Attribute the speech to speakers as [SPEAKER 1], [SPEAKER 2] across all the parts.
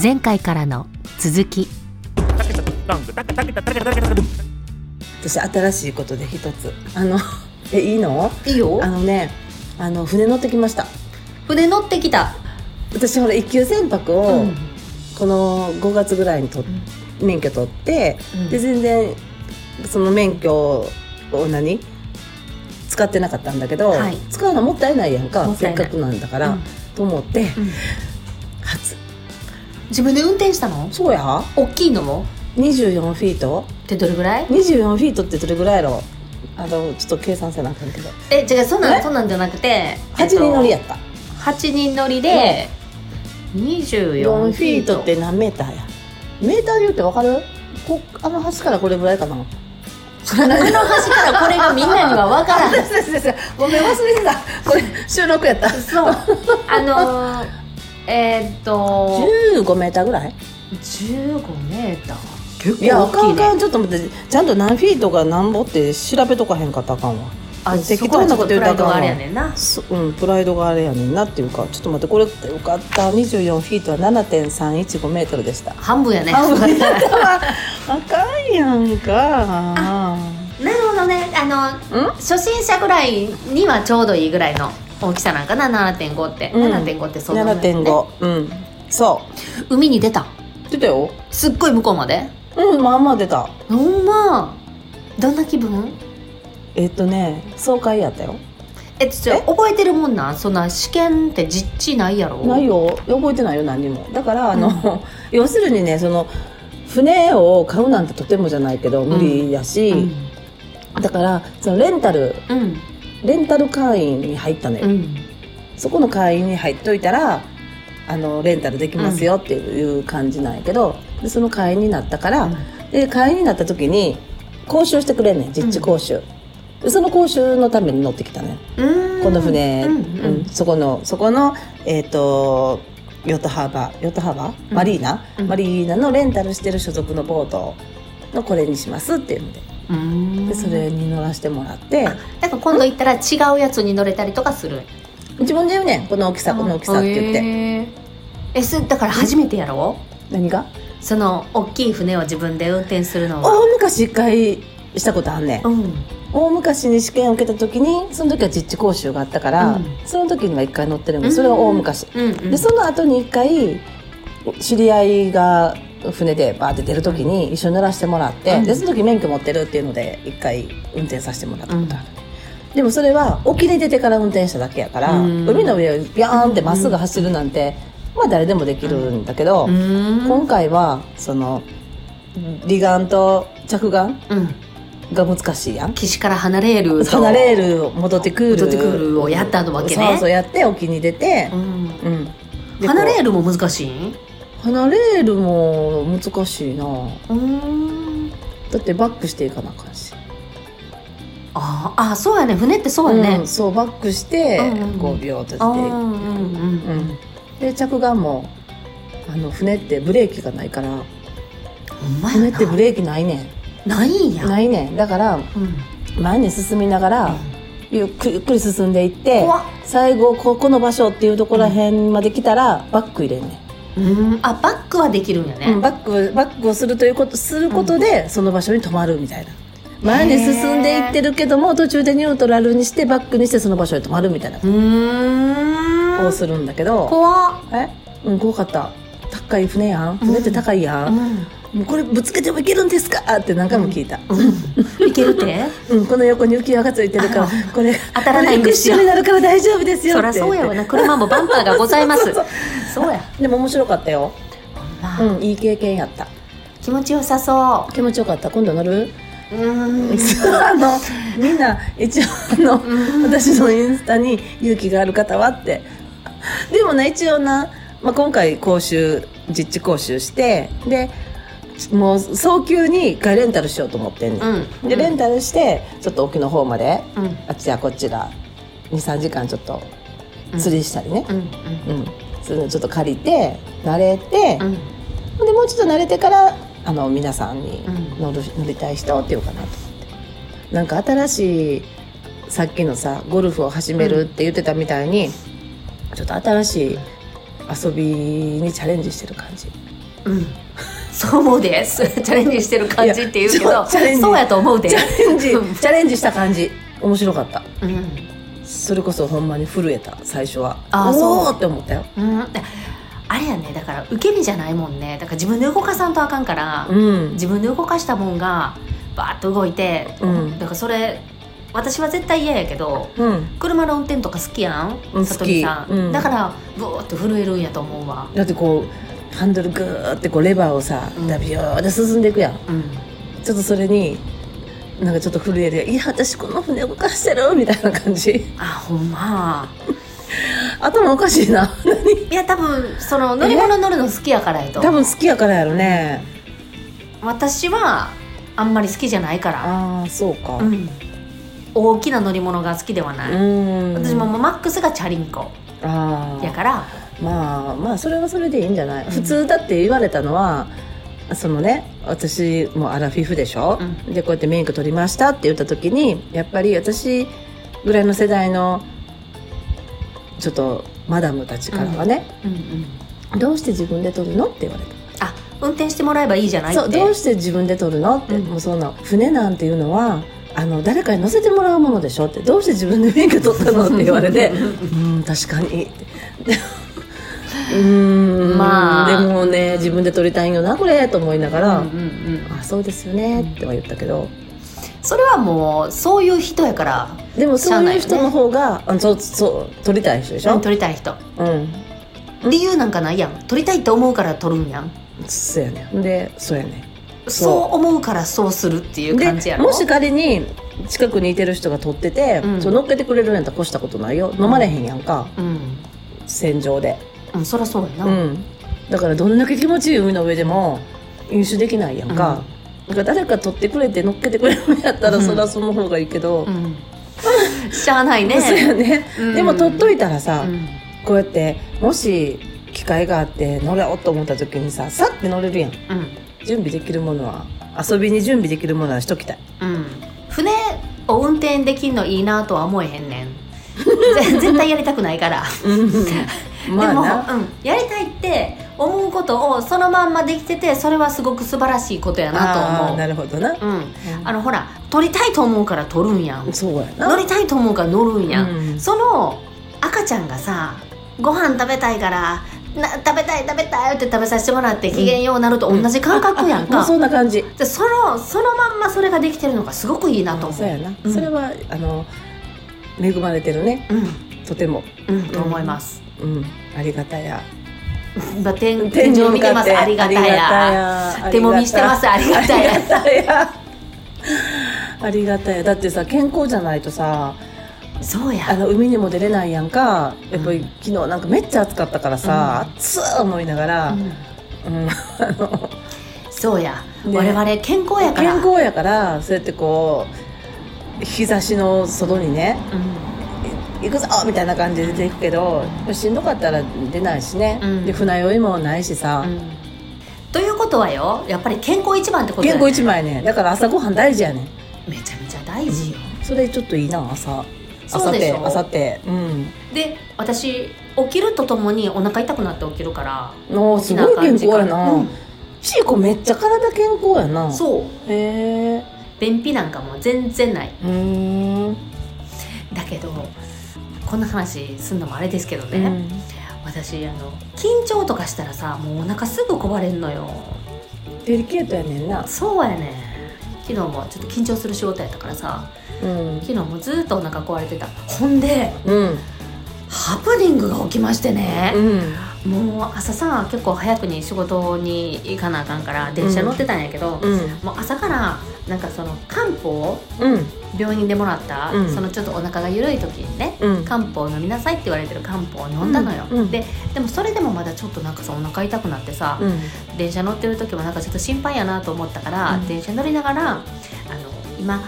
[SPEAKER 1] 前回からの続き
[SPEAKER 2] 私新しいことで一つあの えいいの
[SPEAKER 3] いいよ
[SPEAKER 2] あのねあの船乗ってきました
[SPEAKER 3] 船乗ってきた
[SPEAKER 2] 私ほら一級船舶を
[SPEAKER 3] うん
[SPEAKER 2] この5月ぐらいにと、免許取って、
[SPEAKER 3] うん
[SPEAKER 2] で全然その免許を何使ってなかったんだけど、
[SPEAKER 3] はい
[SPEAKER 2] 使うのもったいないやんか
[SPEAKER 3] もった
[SPEAKER 2] せ
[SPEAKER 3] い
[SPEAKER 2] っ
[SPEAKER 3] ない
[SPEAKER 2] かくなんだから、
[SPEAKER 3] うん
[SPEAKER 2] と思って、
[SPEAKER 3] うん
[SPEAKER 2] 初
[SPEAKER 3] 自分で運転したの
[SPEAKER 2] そうや
[SPEAKER 3] 大きいのも
[SPEAKER 2] 24フィート
[SPEAKER 3] ってどれぐらい
[SPEAKER 2] 24フィートってどれぐらいやろあのちょっと計算せなあかんけど
[SPEAKER 3] え違うそんなん
[SPEAKER 2] え
[SPEAKER 3] そんなんじゃなくて
[SPEAKER 2] 8人乗りや
[SPEAKER 3] えっ
[SPEAKER 2] った、
[SPEAKER 3] と八人乗りで24
[SPEAKER 2] 4
[SPEAKER 3] フ
[SPEAKER 2] フ
[SPEAKER 3] ィ
[SPEAKER 2] ィ
[SPEAKER 3] ー
[SPEAKER 2] ー
[SPEAKER 3] ト
[SPEAKER 2] トって何メーターやメーターで言うってわかるこあの端からこれぐらいかな
[SPEAKER 3] その端からこれがみんなには分からん
[SPEAKER 2] ごめん忘れてたこれ収録やった
[SPEAKER 3] そう あのーえーっと
[SPEAKER 2] 15メーターぐらい
[SPEAKER 3] 15メーター結
[SPEAKER 2] いやあかんあか
[SPEAKER 3] ね
[SPEAKER 2] んちょっと待ってちゃんと何フィートが何ぼって調べとかへんかったらあかんわ
[SPEAKER 3] あ
[SPEAKER 2] 適当なこと言うたら
[SPEAKER 3] そ
[SPEAKER 2] あかん
[SPEAKER 3] こはちょっとプ
[SPEAKER 2] わ
[SPEAKER 3] ライドがあれやねんな
[SPEAKER 2] そうんプライドがあれやねんなっていうかちょっと待ってこれってよかった24フィートは7.315メートルでした
[SPEAKER 3] 半分やね
[SPEAKER 2] 半分やったわあかんやんか
[SPEAKER 3] なるほどねあの
[SPEAKER 2] ん
[SPEAKER 3] 初心者ぐらいにはちょうどいいぐらいの大きさなんかな7.5って、
[SPEAKER 2] うん
[SPEAKER 3] 7.5ってそんなもんやね
[SPEAKER 2] 7.5うんそ
[SPEAKER 3] 海に出た
[SPEAKER 2] う出たよ
[SPEAKER 3] すっごい向こうまで
[SPEAKER 2] うんまあまあ出た
[SPEAKER 3] ほんまどんな気分
[SPEAKER 2] えっとね爽快やったよ
[SPEAKER 3] えっと
[SPEAKER 2] え
[SPEAKER 3] 覚えてるもんなんそんな試験って実地ないやろ
[SPEAKER 2] ない
[SPEAKER 3] よ
[SPEAKER 2] よ覚えてないよ何にもだからあの、
[SPEAKER 3] う
[SPEAKER 2] 要するにねその船を買うなんてとてもじゃないけど無理やし、
[SPEAKER 3] うん
[SPEAKER 2] だからそのレンタル
[SPEAKER 3] うん
[SPEAKER 2] レンタル会員に入ったのよ、
[SPEAKER 3] うん
[SPEAKER 2] そこの会員に入っといたらあのレンタルできますよっていう感じなんやけど、でその会員になったから、で会員になった時に講習してくれんねん実地講習、でその講習のために乗ってきたのよ
[SPEAKER 3] うん
[SPEAKER 2] この船、
[SPEAKER 3] うんう
[SPEAKER 2] うん
[SPEAKER 3] ん
[SPEAKER 2] そこのそこのえっ、とヨットハーバーヨットハーバー、
[SPEAKER 3] うん
[SPEAKER 2] マリーナ、
[SPEAKER 3] うん
[SPEAKER 2] マリーナのレンタルしてる所属のボートのこれにしますっていうので
[SPEAKER 3] うん
[SPEAKER 2] でそれに乗らせてもらって、
[SPEAKER 3] だから今度行ったら違うやつに乗れたりとかする
[SPEAKER 2] 自分で言うねんこの大きさこの大きさって言って、
[SPEAKER 3] へーえそれだから初めてやろ
[SPEAKER 2] 何が
[SPEAKER 3] その大きい船を自分で運転するのは
[SPEAKER 2] 大昔一回したことあんねん、
[SPEAKER 3] うん
[SPEAKER 2] 大昔に試験を受けた時にその時は実地講習があったから、
[SPEAKER 3] うん
[SPEAKER 2] その時には一回乗ってるんでそれは大昔、
[SPEAKER 3] うんうん
[SPEAKER 2] でその後に一回知り合いが船でバーって出る時に一緒に乗らせてもらって、
[SPEAKER 3] うん
[SPEAKER 2] でその時免許持ってるっていうので一回運転させてもらったことある、でもそれは沖に出てから運転しただけやから、
[SPEAKER 3] うん
[SPEAKER 2] 海の上をビャーンってまっすぐ走るなんて、まあ誰でもできるんだけど、
[SPEAKER 3] うん
[SPEAKER 2] 今回はその離岸と着岸
[SPEAKER 3] うん
[SPEAKER 2] が難しいやん
[SPEAKER 3] 岸から離れると
[SPEAKER 2] 離れる戻ってくる
[SPEAKER 3] 戻ってくるをやったわけね
[SPEAKER 2] そうそうやって沖に出て
[SPEAKER 3] う、ん
[SPEAKER 2] うんで
[SPEAKER 3] 離
[SPEAKER 2] こう
[SPEAKER 3] れるも難しい
[SPEAKER 2] 離れるも難しいな
[SPEAKER 3] うん
[SPEAKER 2] だってバックしていかなあかんし
[SPEAKER 3] あーあーそうやね船ってそうやね
[SPEAKER 2] んそうバックして
[SPEAKER 3] うんうんうん
[SPEAKER 2] こうビョーッとして、
[SPEAKER 3] あーうんうんう
[SPEAKER 2] うんんで着岸もあの船ってブレーキがないから
[SPEAKER 3] ほんま
[SPEAKER 2] 船
[SPEAKER 3] や
[SPEAKER 2] ってブレーキないね
[SPEAKER 3] なないんや
[SPEAKER 2] んないねんだから
[SPEAKER 3] うん
[SPEAKER 2] 前に進みながらゆっくりゆっくり進んでいって
[SPEAKER 3] 怖っ
[SPEAKER 2] 最後ここの場所っていうところらへんまで来たらバック入れんね
[SPEAKER 3] うんあバックはできるんや
[SPEAKER 2] ん、う
[SPEAKER 3] ね
[SPEAKER 2] んバックバックをするということすることでその場所に止まるみたいな前に進んでいってるけども途中でニュートラルにしてバックにしてその場所に止まるみたいなこ
[SPEAKER 3] うん
[SPEAKER 2] うするんだけど
[SPEAKER 3] 怖っ
[SPEAKER 2] えうん怖かった高い船やん船って高いや、
[SPEAKER 3] うんん
[SPEAKER 2] もうこれぶつけてもいけるんですかって何回も聞いた、
[SPEAKER 3] うんいけるって
[SPEAKER 2] うんこの横に浮き輪がついてるか
[SPEAKER 3] あ
[SPEAKER 2] らこれ
[SPEAKER 3] 当たらないんですよ
[SPEAKER 2] これクッションになるから大丈夫ですよ
[SPEAKER 3] そ
[SPEAKER 2] って
[SPEAKER 3] らそうやわ
[SPEAKER 2] 言っ
[SPEAKER 3] な車もバンパーがございます
[SPEAKER 2] そう
[SPEAKER 3] そうや
[SPEAKER 2] てでも面白かったよ
[SPEAKER 3] まあ
[SPEAKER 2] うんいい経験やった
[SPEAKER 3] 気持ちよさそ
[SPEAKER 2] 気持ちよかった今度乗る
[SPEAKER 3] ううーん
[SPEAKER 2] あのみんな一応あの、 私のインスタに勇気がある方はってでもね一応な、まあ、今回講習実地講習してでもう早急に一回レンタルしようと思ってんね、
[SPEAKER 3] うん
[SPEAKER 2] でレンタルしてちょっと沖の方まで
[SPEAKER 3] うん
[SPEAKER 2] あっちやこっちら23時間ちょっと釣りしたりね
[SPEAKER 3] う、ん
[SPEAKER 2] うんそういうのちょっと借りて慣れて
[SPEAKER 3] うんう、ん
[SPEAKER 2] でもうちょっと慣れてからあの皆さんに
[SPEAKER 3] うん
[SPEAKER 2] 乗る、乗りたい人っていうかなと思ってなんか新しいさっきのさゴルフを始めるって言ってたみたいに、ちょっと新しい遊びにチャレンジしてる感じ
[SPEAKER 3] うんそう思うですチャレンジしてる感じって言うけ
[SPEAKER 2] いや
[SPEAKER 3] ど
[SPEAKER 2] ちょチャレンジ
[SPEAKER 3] そうやと思うで
[SPEAKER 2] チャレ ンジ
[SPEAKER 3] うん
[SPEAKER 2] チャレンジした感じ面白かった
[SPEAKER 3] うん
[SPEAKER 2] それこそほんまに震えた最初は
[SPEAKER 3] あーそう
[SPEAKER 2] おおーって思ったよ
[SPEAKER 3] うん、あれやねだから受け身じゃないもんねだから自分で動かさんとあかんから、
[SPEAKER 2] うん
[SPEAKER 3] 自分で動かしたもんがバーッと動いて、
[SPEAKER 2] うん
[SPEAKER 3] だからそれ私は絶対嫌やけど
[SPEAKER 2] うん
[SPEAKER 3] 車の運転とか好きやん、
[SPEAKER 2] うん
[SPEAKER 3] さとみさ
[SPEAKER 2] 好
[SPEAKER 3] ん、
[SPEAKER 2] きうん
[SPEAKER 3] だからブーッと震えるんやと思うわ
[SPEAKER 2] だってこうハンドルグーってこうレバーをさ
[SPEAKER 3] うん
[SPEAKER 2] ダビヨーで進んでいくやん
[SPEAKER 3] うん
[SPEAKER 2] ちょっとそれになんかちょっと震える「いや私この船動かしてる」みたいな感じ
[SPEAKER 3] あほんま
[SPEAKER 2] 頭おかしいな何
[SPEAKER 3] いや多分その乗り物乗るの好きやからやと
[SPEAKER 2] 多分好きやからやろね
[SPEAKER 3] 私はあんまり好きじゃないから、
[SPEAKER 2] ああそうか
[SPEAKER 3] うん、大きな乗り物が好きではない、
[SPEAKER 2] ん
[SPEAKER 3] 私ももうマックスがチャリンコ
[SPEAKER 2] あ
[SPEAKER 3] や
[SPEAKER 2] あ
[SPEAKER 3] から
[SPEAKER 2] まあまあそれはそれでいいんじゃない、普通だって言われたのはそのね私もアラフィフでしょ、
[SPEAKER 3] う
[SPEAKER 2] でこうやってメイク取りましたって言った時にやっぱり私ぐらいの世代のちょっとマダムたちからはね、
[SPEAKER 3] うんうん
[SPEAKER 2] どうして自分で取るのって言われた
[SPEAKER 3] あ運転してもらえばいいじゃないって
[SPEAKER 2] そうどうして自分で取るのって、
[SPEAKER 3] うん
[SPEAKER 2] もうそんな船なんていうのはあの誰かに乗せてもらうものでしょってどうして自分で免許取ったのって言われて うーん確かにってでうーん
[SPEAKER 3] まあ
[SPEAKER 2] でもね自分で取りたいよなこれと思いなが
[SPEAKER 3] う
[SPEAKER 2] ら、
[SPEAKER 3] んうんうん
[SPEAKER 2] あそうですよねっては言ったけど
[SPEAKER 3] それはもうそういう人やから
[SPEAKER 2] でもそうい
[SPEAKER 3] しゃ
[SPEAKER 2] う人
[SPEAKER 3] あないよね
[SPEAKER 2] の方が、あそうそう取りたい人でしょ、
[SPEAKER 3] 取りたい人
[SPEAKER 2] うん
[SPEAKER 3] 理由なんかないやん取りたいと思うから取るんやん
[SPEAKER 2] そうやねでそうやね
[SPEAKER 3] そう思うからそうするっていう感じ
[SPEAKER 2] で
[SPEAKER 3] やろ
[SPEAKER 2] もし仮に近くにいてる人が取ってて、
[SPEAKER 3] うん
[SPEAKER 2] そう乗っけてくれるんやったら越したことないよ飲まれへんやんか、
[SPEAKER 3] うん、
[SPEAKER 2] 戦場で、
[SPEAKER 3] うん、そりゃそうやな、
[SPEAKER 2] うん、だからどんだけ気持ちいい海の上でも飲酒できないやんか、だから誰か取ってくれて乗っけてくれるんやったら、
[SPEAKER 3] うん
[SPEAKER 2] そりゃその方がいいけど、
[SPEAKER 3] うんしゃあないね
[SPEAKER 2] そうやね、
[SPEAKER 3] うん
[SPEAKER 2] でも取っといたらさ、
[SPEAKER 3] うん
[SPEAKER 2] こうやってもし機会があって乗ろうと思った時にささって乗れるやん
[SPEAKER 3] うん
[SPEAKER 2] 準備できるものは遊びに準備できるものはしときたい
[SPEAKER 3] うん船を運転できんのいいなとは思えへんねんぜ 絶対やりたくないから
[SPEAKER 2] まあな
[SPEAKER 3] でも、うん、やりたいって思うことをそのまんまできててそれはすごく素晴らしいことやなと
[SPEAKER 2] あ
[SPEAKER 3] 思
[SPEAKER 2] ー
[SPEAKER 3] う
[SPEAKER 2] なるほどな、
[SPEAKER 3] うん、あのほら撮りたいと思うから撮るんやん
[SPEAKER 2] そうやな
[SPEAKER 3] 乗りたいと思うから乗るんやん、
[SPEAKER 2] うん
[SPEAKER 3] その赤ちゃんがさご飯食べたいからな食べたい食べたいって食べさせてもらって機嫌ようなると同じ感覚やん
[SPEAKER 2] もう
[SPEAKER 3] か、
[SPEAKER 2] そんな感じ
[SPEAKER 3] でそのそのまんまそれができてるのがすごくいいなと思う
[SPEAKER 2] そうやな、
[SPEAKER 3] うん
[SPEAKER 2] それはあの恵まれてるね
[SPEAKER 3] うん
[SPEAKER 2] とても
[SPEAKER 3] うんと思います、
[SPEAKER 2] うんありがたや
[SPEAKER 3] まあ天天井見てますありがたや手もみしてますありがたや
[SPEAKER 2] ありがたや ありがたやだってさ健康じゃないとさ
[SPEAKER 3] そうや
[SPEAKER 2] あの海にも出れないやんかやっぱり、
[SPEAKER 3] うん
[SPEAKER 2] 昨日なんかめっちゃ暑かったからさ、
[SPEAKER 3] う
[SPEAKER 2] 暑ー思いながら、
[SPEAKER 3] うん
[SPEAKER 2] うん
[SPEAKER 3] そうや、
[SPEAKER 2] ね
[SPEAKER 3] 我々健康やから
[SPEAKER 2] 健康やからそうやってこう日差しの外にね行くぞみたいな感じで出ていくけどしんどかったら出ないしね、
[SPEAKER 3] うん
[SPEAKER 2] で船酔いもないしさ、
[SPEAKER 3] うん、うんということはよやっぱり健康一番ってことや
[SPEAKER 2] 健
[SPEAKER 3] ね
[SPEAKER 2] 康一枚ねだから朝ごはん大事やねん
[SPEAKER 3] めちゃめちゃ大事よ、
[SPEAKER 2] それちょっといいな朝
[SPEAKER 3] そ
[SPEAKER 2] 朝
[SPEAKER 3] うでし
[SPEAKER 2] て
[SPEAKER 3] ょ
[SPEAKER 2] 朝てうん
[SPEAKER 3] で私起きるとともにお腹痛くなって起きるから
[SPEAKER 2] おーすごい健康やな、
[SPEAKER 3] うん
[SPEAKER 2] ちいこめっちゃ体健康やな
[SPEAKER 3] そう
[SPEAKER 2] へえ
[SPEAKER 3] 便秘なんかも全然ないう
[SPEAKER 2] ーん
[SPEAKER 3] だけどこんな話すんのもあれですけどね、
[SPEAKER 2] うん
[SPEAKER 3] 私あの緊張とかしたらさもうお腹すぐこばれんのよ
[SPEAKER 2] デリケートやねんな
[SPEAKER 3] そうやねん昨日もちょっと緊張する仕事やったからさ
[SPEAKER 2] うん
[SPEAKER 3] 昨日もずっとお腹壊れてたほんで
[SPEAKER 2] うん
[SPEAKER 3] ハプニングが起きましてね
[SPEAKER 2] う、ん
[SPEAKER 3] もう朝さ結構早くに仕事に行かなあかんから電車乗ってたんやけど、
[SPEAKER 2] うん
[SPEAKER 3] もう朝からなんかその漢方
[SPEAKER 2] うん
[SPEAKER 3] 病院でもらった、
[SPEAKER 2] うん
[SPEAKER 3] そのちょっとお腹が緩い時にね、
[SPEAKER 2] うん
[SPEAKER 3] 漢方を飲みなさいって言われてる漢方を飲んだのよ、
[SPEAKER 2] うんうん
[SPEAKER 3] ででもそれでもまだちょっとなんかさお腹痛くなってさ、
[SPEAKER 2] うん
[SPEAKER 3] 電車乗ってる時もなんかちょっと心配やなと思ったから、
[SPEAKER 2] うん
[SPEAKER 3] 電車乗りながらあの今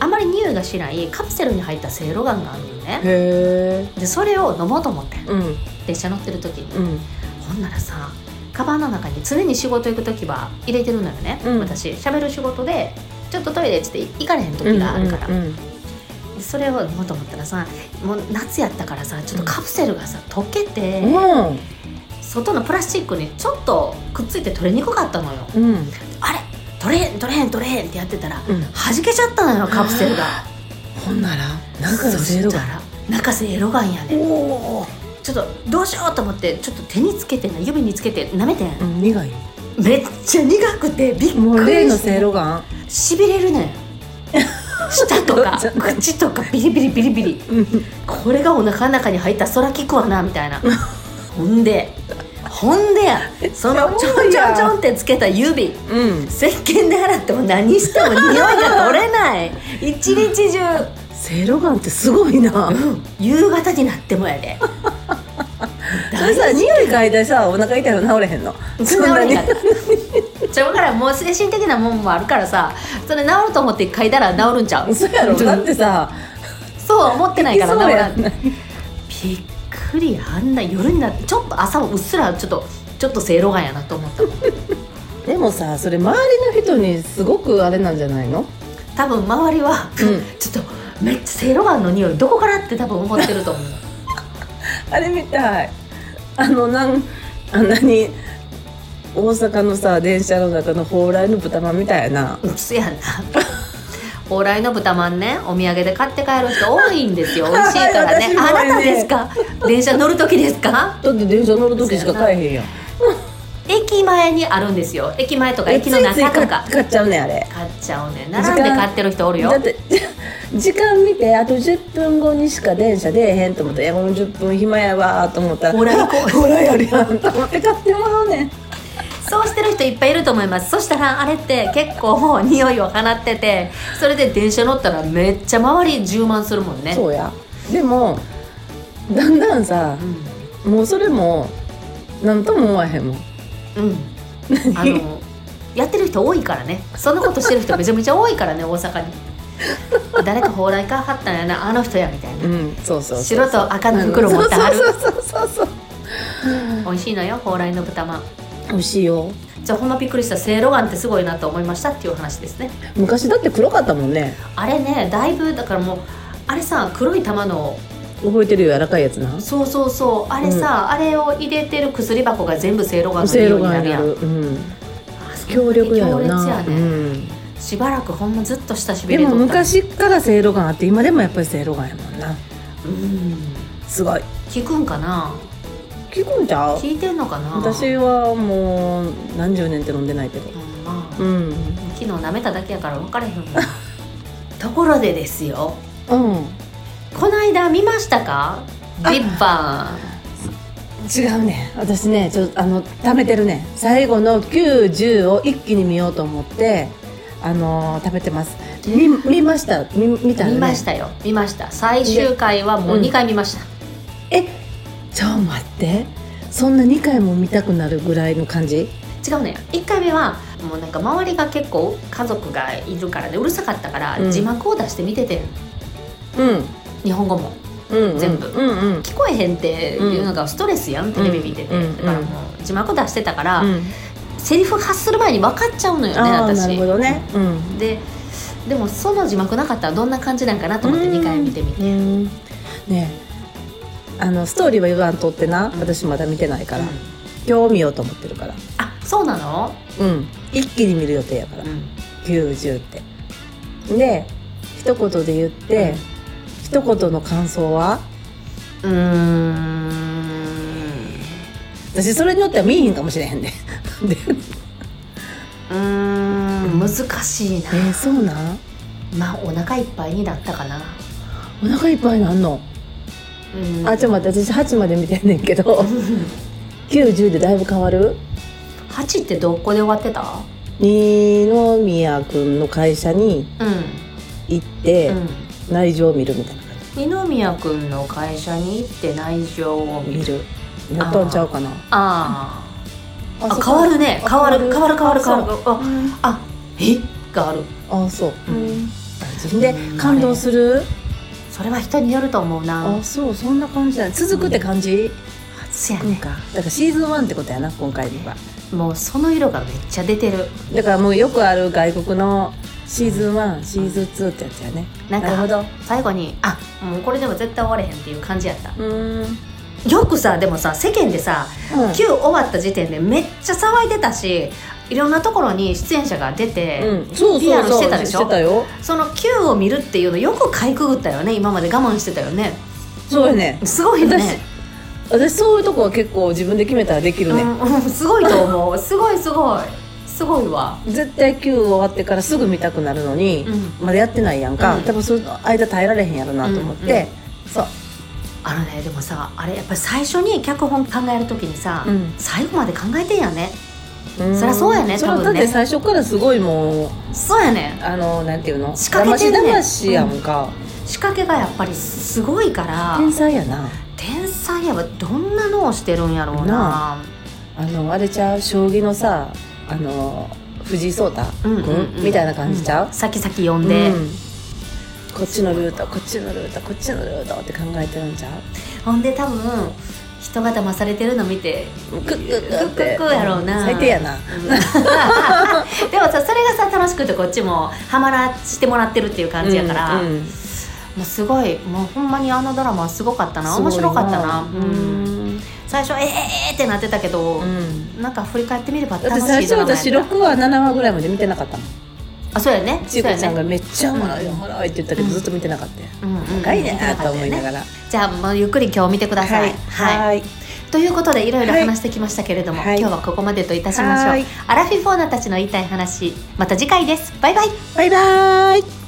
[SPEAKER 3] あまり匂いがしないカプセルに入ったせいろがんがあるのよ
[SPEAKER 2] へ
[SPEAKER 3] ね
[SPEAKER 2] え
[SPEAKER 3] でそれを飲もうと思って
[SPEAKER 2] うん
[SPEAKER 3] 電車乗ってる時に
[SPEAKER 2] うん
[SPEAKER 3] ほんならさカバンの中に常に仕事行く時は入れてるのよね、
[SPEAKER 2] うん
[SPEAKER 3] 私喋る仕事でちょっとトイレっつって行かれへん時があるから、
[SPEAKER 2] うんうん
[SPEAKER 3] それを飲もうと思ったらさもう夏やったからさちょっとカプセルがさ溶けて、
[SPEAKER 2] うんうん
[SPEAKER 3] 外のプラスチックにちょっとくっついて取れにくかったのよ
[SPEAKER 2] うん
[SPEAKER 3] あれ取れへん取れへん取れへんってやってたら、
[SPEAKER 2] うん
[SPEAKER 3] 弾けちゃったのよカプセルが
[SPEAKER 2] ほんなら中が
[SPEAKER 3] そ
[SPEAKER 2] ゼロ
[SPEAKER 3] した
[SPEAKER 2] が
[SPEAKER 3] ら中瀬エロガンやねん
[SPEAKER 2] おお、
[SPEAKER 3] ちょっとどうしようと思ってちょっと手につけてんの指につけて舐めてん、
[SPEAKER 2] うん、苦い
[SPEAKER 3] めっちゃ苦くてびっ
[SPEAKER 2] もう
[SPEAKER 3] く
[SPEAKER 2] 例
[SPEAKER 3] り
[SPEAKER 2] の
[SPEAKER 3] して
[SPEAKER 2] セいろがん
[SPEAKER 3] しびれるねん舌とか
[SPEAKER 2] ちょっと
[SPEAKER 3] 口とかビリビリビリビリこれがお腹の中に入ったらそら効くわなみたいなほんでほんでやそ のちょんちょんちょんってつけた指
[SPEAKER 2] うん
[SPEAKER 3] 石鹸で洗っても何しても匂いが取れない一日中、
[SPEAKER 2] セいろがんってすごいな
[SPEAKER 3] うん夕方になってもやで
[SPEAKER 2] それさ匂い嗅いでさお腹痛いの治れへんの
[SPEAKER 3] そ
[SPEAKER 2] そ
[SPEAKER 3] ん
[SPEAKER 2] ん
[SPEAKER 3] な
[SPEAKER 2] な
[SPEAKER 3] わ
[SPEAKER 2] に
[SPEAKER 3] けないちょだからもう精神的なもんもあるからさそれ治ると思って嗅いだら治るんちゃう
[SPEAKER 2] そうやろだってさ
[SPEAKER 3] そうは思ってないから
[SPEAKER 2] そう
[SPEAKER 3] 治ら
[SPEAKER 2] や
[SPEAKER 3] ん
[SPEAKER 2] んな
[SPEAKER 3] びっくりあんな夜になってちょっと朝もうっすらちょっとちょっとせいろがんやなと思 ったもん
[SPEAKER 2] でもさそれ周りの人にすごくあれなんじゃないの
[SPEAKER 3] 多分周りは、
[SPEAKER 2] ん
[SPEAKER 3] ちょっとめっちゃせいろがんの匂いどこからって多分思ってると思う
[SPEAKER 2] あれみたいあのなんあんなに大阪のさ電車の中の蓬莱の豚まんみたいな
[SPEAKER 3] うっすやな往来の豚まんねお土産で買って帰る人多いんですよ美味しいからね
[SPEAKER 2] 私も
[SPEAKER 3] あ
[SPEAKER 2] ね
[SPEAKER 3] なたですか電車乗る時ですか
[SPEAKER 2] だって電車乗る時しか買えへんやん
[SPEAKER 3] 駅前にあるんですよ駅前とか駅の
[SPEAKER 2] ついつ
[SPEAKER 3] 中
[SPEAKER 2] い
[SPEAKER 3] と
[SPEAKER 2] 買
[SPEAKER 3] か
[SPEAKER 2] 買っちゃうねんあれ
[SPEAKER 3] 買っちゃうね並んで買ってる人おるよ
[SPEAKER 2] だって 時間見てあと10分後にしか電車出えへんと思って「いやもう10分暇やわ」と思ったら
[SPEAKER 3] ほら行こう
[SPEAKER 2] ほらやるやん」と思って買ってもらうねん
[SPEAKER 3] そうしてる人いっぱいいると思いますそしたらあれって結構もう匂いを放っててそれで電車乗ったらめっちゃ周り充満するもんね
[SPEAKER 2] そうやでもだんだんさ
[SPEAKER 3] う
[SPEAKER 2] もうそれも何とも思わへんも
[SPEAKER 3] ん、
[SPEAKER 2] ん
[SPEAKER 3] うん、あの やってる人多いからねそんなことしてる人めちゃめちゃ多いからね大阪 に誰か蓬莱かはったんやなあの人やみたいな
[SPEAKER 2] うんそうそうそう
[SPEAKER 3] 白と赤の袋持ってはる
[SPEAKER 2] そうそうそうそうそう
[SPEAKER 3] 美味しいのよ蓬莱の豚まん
[SPEAKER 2] 美味しいよ
[SPEAKER 3] じゃあほんまびっくりしたせいろがんってすごいなと思いましたっていう話ですね
[SPEAKER 2] 昔だって黒かったもんね
[SPEAKER 3] あれねだいぶだからもうあれさ黒い玉の
[SPEAKER 2] 覚えてるよ柔らかいやつな
[SPEAKER 3] そうそうそうあれさ、あれを入れてる薬箱が全部せいろがんの
[SPEAKER 2] せい
[SPEAKER 3] よう
[SPEAKER 2] ろ
[SPEAKER 3] に
[SPEAKER 2] が
[SPEAKER 3] なる
[SPEAKER 2] や
[SPEAKER 3] やん
[SPEAKER 2] る、うん、
[SPEAKER 3] あそ
[SPEAKER 2] 強力やよ
[SPEAKER 3] 強烈や
[SPEAKER 2] な、
[SPEAKER 3] ね
[SPEAKER 2] うん
[SPEAKER 3] しばらくほんまずっと親しみ
[SPEAKER 2] で
[SPEAKER 3] れと
[SPEAKER 2] も
[SPEAKER 3] った
[SPEAKER 2] 昔からせいろがんあって今でもやっぱりせいろがんやもんな
[SPEAKER 3] うん
[SPEAKER 2] すごい
[SPEAKER 3] 聞くんかな
[SPEAKER 2] 聞くんちゃう
[SPEAKER 3] 聞いてんのかな
[SPEAKER 2] 私はもう何十年って飲んでないけど
[SPEAKER 3] ほんま
[SPEAKER 2] うん
[SPEAKER 3] 昨日舐めただけやから分からへん わところでですよ
[SPEAKER 2] うん
[SPEAKER 3] この間見ましたかビッバ
[SPEAKER 2] 違うね私ねちょあの貯めてるね最後の90を一気に見ようと思ってあのー食べてます見見ました見見
[SPEAKER 3] ー
[SPEAKER 2] たのね
[SPEAKER 3] ン見ましたよ見ました最終回はもう2回見ました、
[SPEAKER 2] えちょ待ってそんな2回も見たくなるぐらいの感じ
[SPEAKER 3] 違うのよ1回目はもうなんか周りが結構家族がいるからでうるさかったから
[SPEAKER 2] うん
[SPEAKER 3] 字幕を出して見ててん、
[SPEAKER 2] うん
[SPEAKER 3] 日本語も
[SPEAKER 2] うん
[SPEAKER 3] 全部
[SPEAKER 2] うんうん
[SPEAKER 3] 聞こえへんっていうのがストレスやん、テレビ見てて、
[SPEAKER 2] うん
[SPEAKER 3] だからもう字幕出してたから、
[SPEAKER 2] うん
[SPEAKER 3] セリフ発する前に分かっちゃうのよね
[SPEAKER 2] ああ
[SPEAKER 3] 私
[SPEAKER 2] なるほどねうん
[SPEAKER 3] ででもその字幕なかったらどんな感じなんかなと思って
[SPEAKER 2] うん
[SPEAKER 3] 2回見てみて、
[SPEAKER 2] うんねえあのストーリーは言わんとってな
[SPEAKER 3] うん
[SPEAKER 2] 私まだ見てないから、
[SPEAKER 3] うん
[SPEAKER 2] 今日見ようと思ってるから
[SPEAKER 3] あそうなの、
[SPEAKER 2] うん一気に見る予定やから90ってで一言で言って、一言の感想は
[SPEAKER 3] うーん
[SPEAKER 2] 私それによっては見えへんかもしれへんで で
[SPEAKER 3] うーん難しいな
[SPEAKER 2] えー、そうなん
[SPEAKER 3] まあお腹いっぱいになったかな
[SPEAKER 2] お腹いっぱいなんの、
[SPEAKER 3] うん
[SPEAKER 2] あちょっと待って私8まで見てんねんけど90でだいぶ変わる
[SPEAKER 3] 8ってどこで終わってた
[SPEAKER 2] 二宮君の会社に
[SPEAKER 3] うん、
[SPEAKER 2] 行って、
[SPEAKER 3] うん、
[SPEAKER 2] 内情を見るみたいな感
[SPEAKER 3] 二宮君の会社に行って内情を
[SPEAKER 2] じ
[SPEAKER 3] 見
[SPEAKER 2] 見
[SPEAKER 3] る
[SPEAKER 2] るやったんちゃうかな
[SPEAKER 3] あああ
[SPEAKER 2] そっか
[SPEAKER 3] 変わるね変わる変わる変わる変わる
[SPEAKER 2] あ
[SPEAKER 3] ああえがある
[SPEAKER 2] あそう
[SPEAKER 3] うん
[SPEAKER 2] で感動する
[SPEAKER 3] それは人によると思うな
[SPEAKER 2] あそうそんな感じだ続くって感じ
[SPEAKER 3] そや
[SPEAKER 2] うん
[SPEAKER 3] ね
[SPEAKER 2] かだからシーズン1ってことやな今回は
[SPEAKER 3] もうその色がめっちゃ出てる
[SPEAKER 2] だからもうよくある外国のシーズン1シーズン2ってやつやね
[SPEAKER 3] なん
[SPEAKER 2] なるほ
[SPEAKER 3] か
[SPEAKER 2] ど
[SPEAKER 3] 最後にあもうこれでも絶対終われへんっていう感じやった
[SPEAKER 2] うーん
[SPEAKER 3] よくさでもさ世間でさ
[SPEAKER 2] うん
[SPEAKER 3] 9終わった時点でめっちゃ騒いでたしいろんなところに出演者が出て、
[SPEAKER 2] うん、そう
[SPEAKER 3] リア
[SPEAKER 2] そ
[SPEAKER 3] ル
[SPEAKER 2] うそう
[SPEAKER 3] してたでしょ
[SPEAKER 2] よ
[SPEAKER 3] その9を見るっていうのよくかいくぐったよね今まで我慢してたよね
[SPEAKER 2] そうやね
[SPEAKER 3] すごいよね、
[SPEAKER 2] 私そういうとこは結構自分で決めたらできるね、
[SPEAKER 3] うんうんすごいと思うすごいすごいすごいわ
[SPEAKER 2] 絶対9終わってからすぐ見たくなるのに、
[SPEAKER 3] う
[SPEAKER 2] まだやってないやんか、
[SPEAKER 3] うん
[SPEAKER 2] 多分その間耐えられへんやろなと思って、そう
[SPEAKER 3] あのねでもさあれやっぱり最初に脚本考える時にさ、
[SPEAKER 2] うん
[SPEAKER 3] 最後まで考えてんやね
[SPEAKER 2] うん
[SPEAKER 3] そりゃそうやね
[SPEAKER 2] それは
[SPEAKER 3] 多分ね
[SPEAKER 2] だって最初からすごいもう
[SPEAKER 3] そうやね
[SPEAKER 2] あのなんていうの
[SPEAKER 3] 仕掛けてんね
[SPEAKER 2] 騙し騙しやんか、
[SPEAKER 3] 仕掛けがやっぱりすごいから
[SPEAKER 2] 天才やな
[SPEAKER 3] 天才やわどんな脳してるんやろうな
[SPEAKER 2] なあのあれちゃう将棋のさあの藤井聡太
[SPEAKER 3] うん
[SPEAKER 2] 君、みたいな感じちゃう、
[SPEAKER 3] 先々読んで、
[SPEAKER 2] うんこっちのルートこっちのルートこっちのルートって考えてるんちゃう
[SPEAKER 3] ほんで多分人が騙されてるの見て
[SPEAKER 2] クックックって
[SPEAKER 3] クックックやろうな
[SPEAKER 2] 最低やな
[SPEAKER 3] でもさそれがさ楽しくてこっちもハマらしてもらってるっていう感じやから、
[SPEAKER 2] うんうん
[SPEAKER 3] もうすごいもうほんまにあのドラマはすごかったな面白かったな
[SPEAKER 2] すご
[SPEAKER 3] う
[SPEAKER 2] いなん
[SPEAKER 3] 最初ええー、ってなってたけど、
[SPEAKER 2] うん
[SPEAKER 3] なんか振り返ってみれば
[SPEAKER 2] だっ
[SPEAKER 3] 楽
[SPEAKER 2] て
[SPEAKER 3] しいド
[SPEAKER 2] 最初
[SPEAKER 3] ラマや
[SPEAKER 2] 私6話7話ぐらいまで見てなかったもん
[SPEAKER 3] あそうやねそ
[SPEAKER 2] ち
[SPEAKER 3] う
[SPEAKER 2] こ
[SPEAKER 3] や
[SPEAKER 2] ちゃんが
[SPEAKER 3] ね
[SPEAKER 2] めっちゃおもろいおもろいって言ったけどずっと見てなかったよ
[SPEAKER 3] うんうん
[SPEAKER 2] 深いね
[SPEAKER 3] 見てなかっ
[SPEAKER 2] と
[SPEAKER 3] たよ
[SPEAKER 2] 思い
[SPEAKER 3] ね
[SPEAKER 2] ながら
[SPEAKER 3] じゃあもうゆっくり今日見てくださいはい
[SPEAKER 2] はい
[SPEAKER 3] ということでいろいろ話してきましたけれども、
[SPEAKER 2] はい
[SPEAKER 3] 今日はここまでといたしましょう、
[SPEAKER 2] はい
[SPEAKER 3] アラフィフォーナたちの言いたい話また次回ですバイバイ
[SPEAKER 2] バイバーイ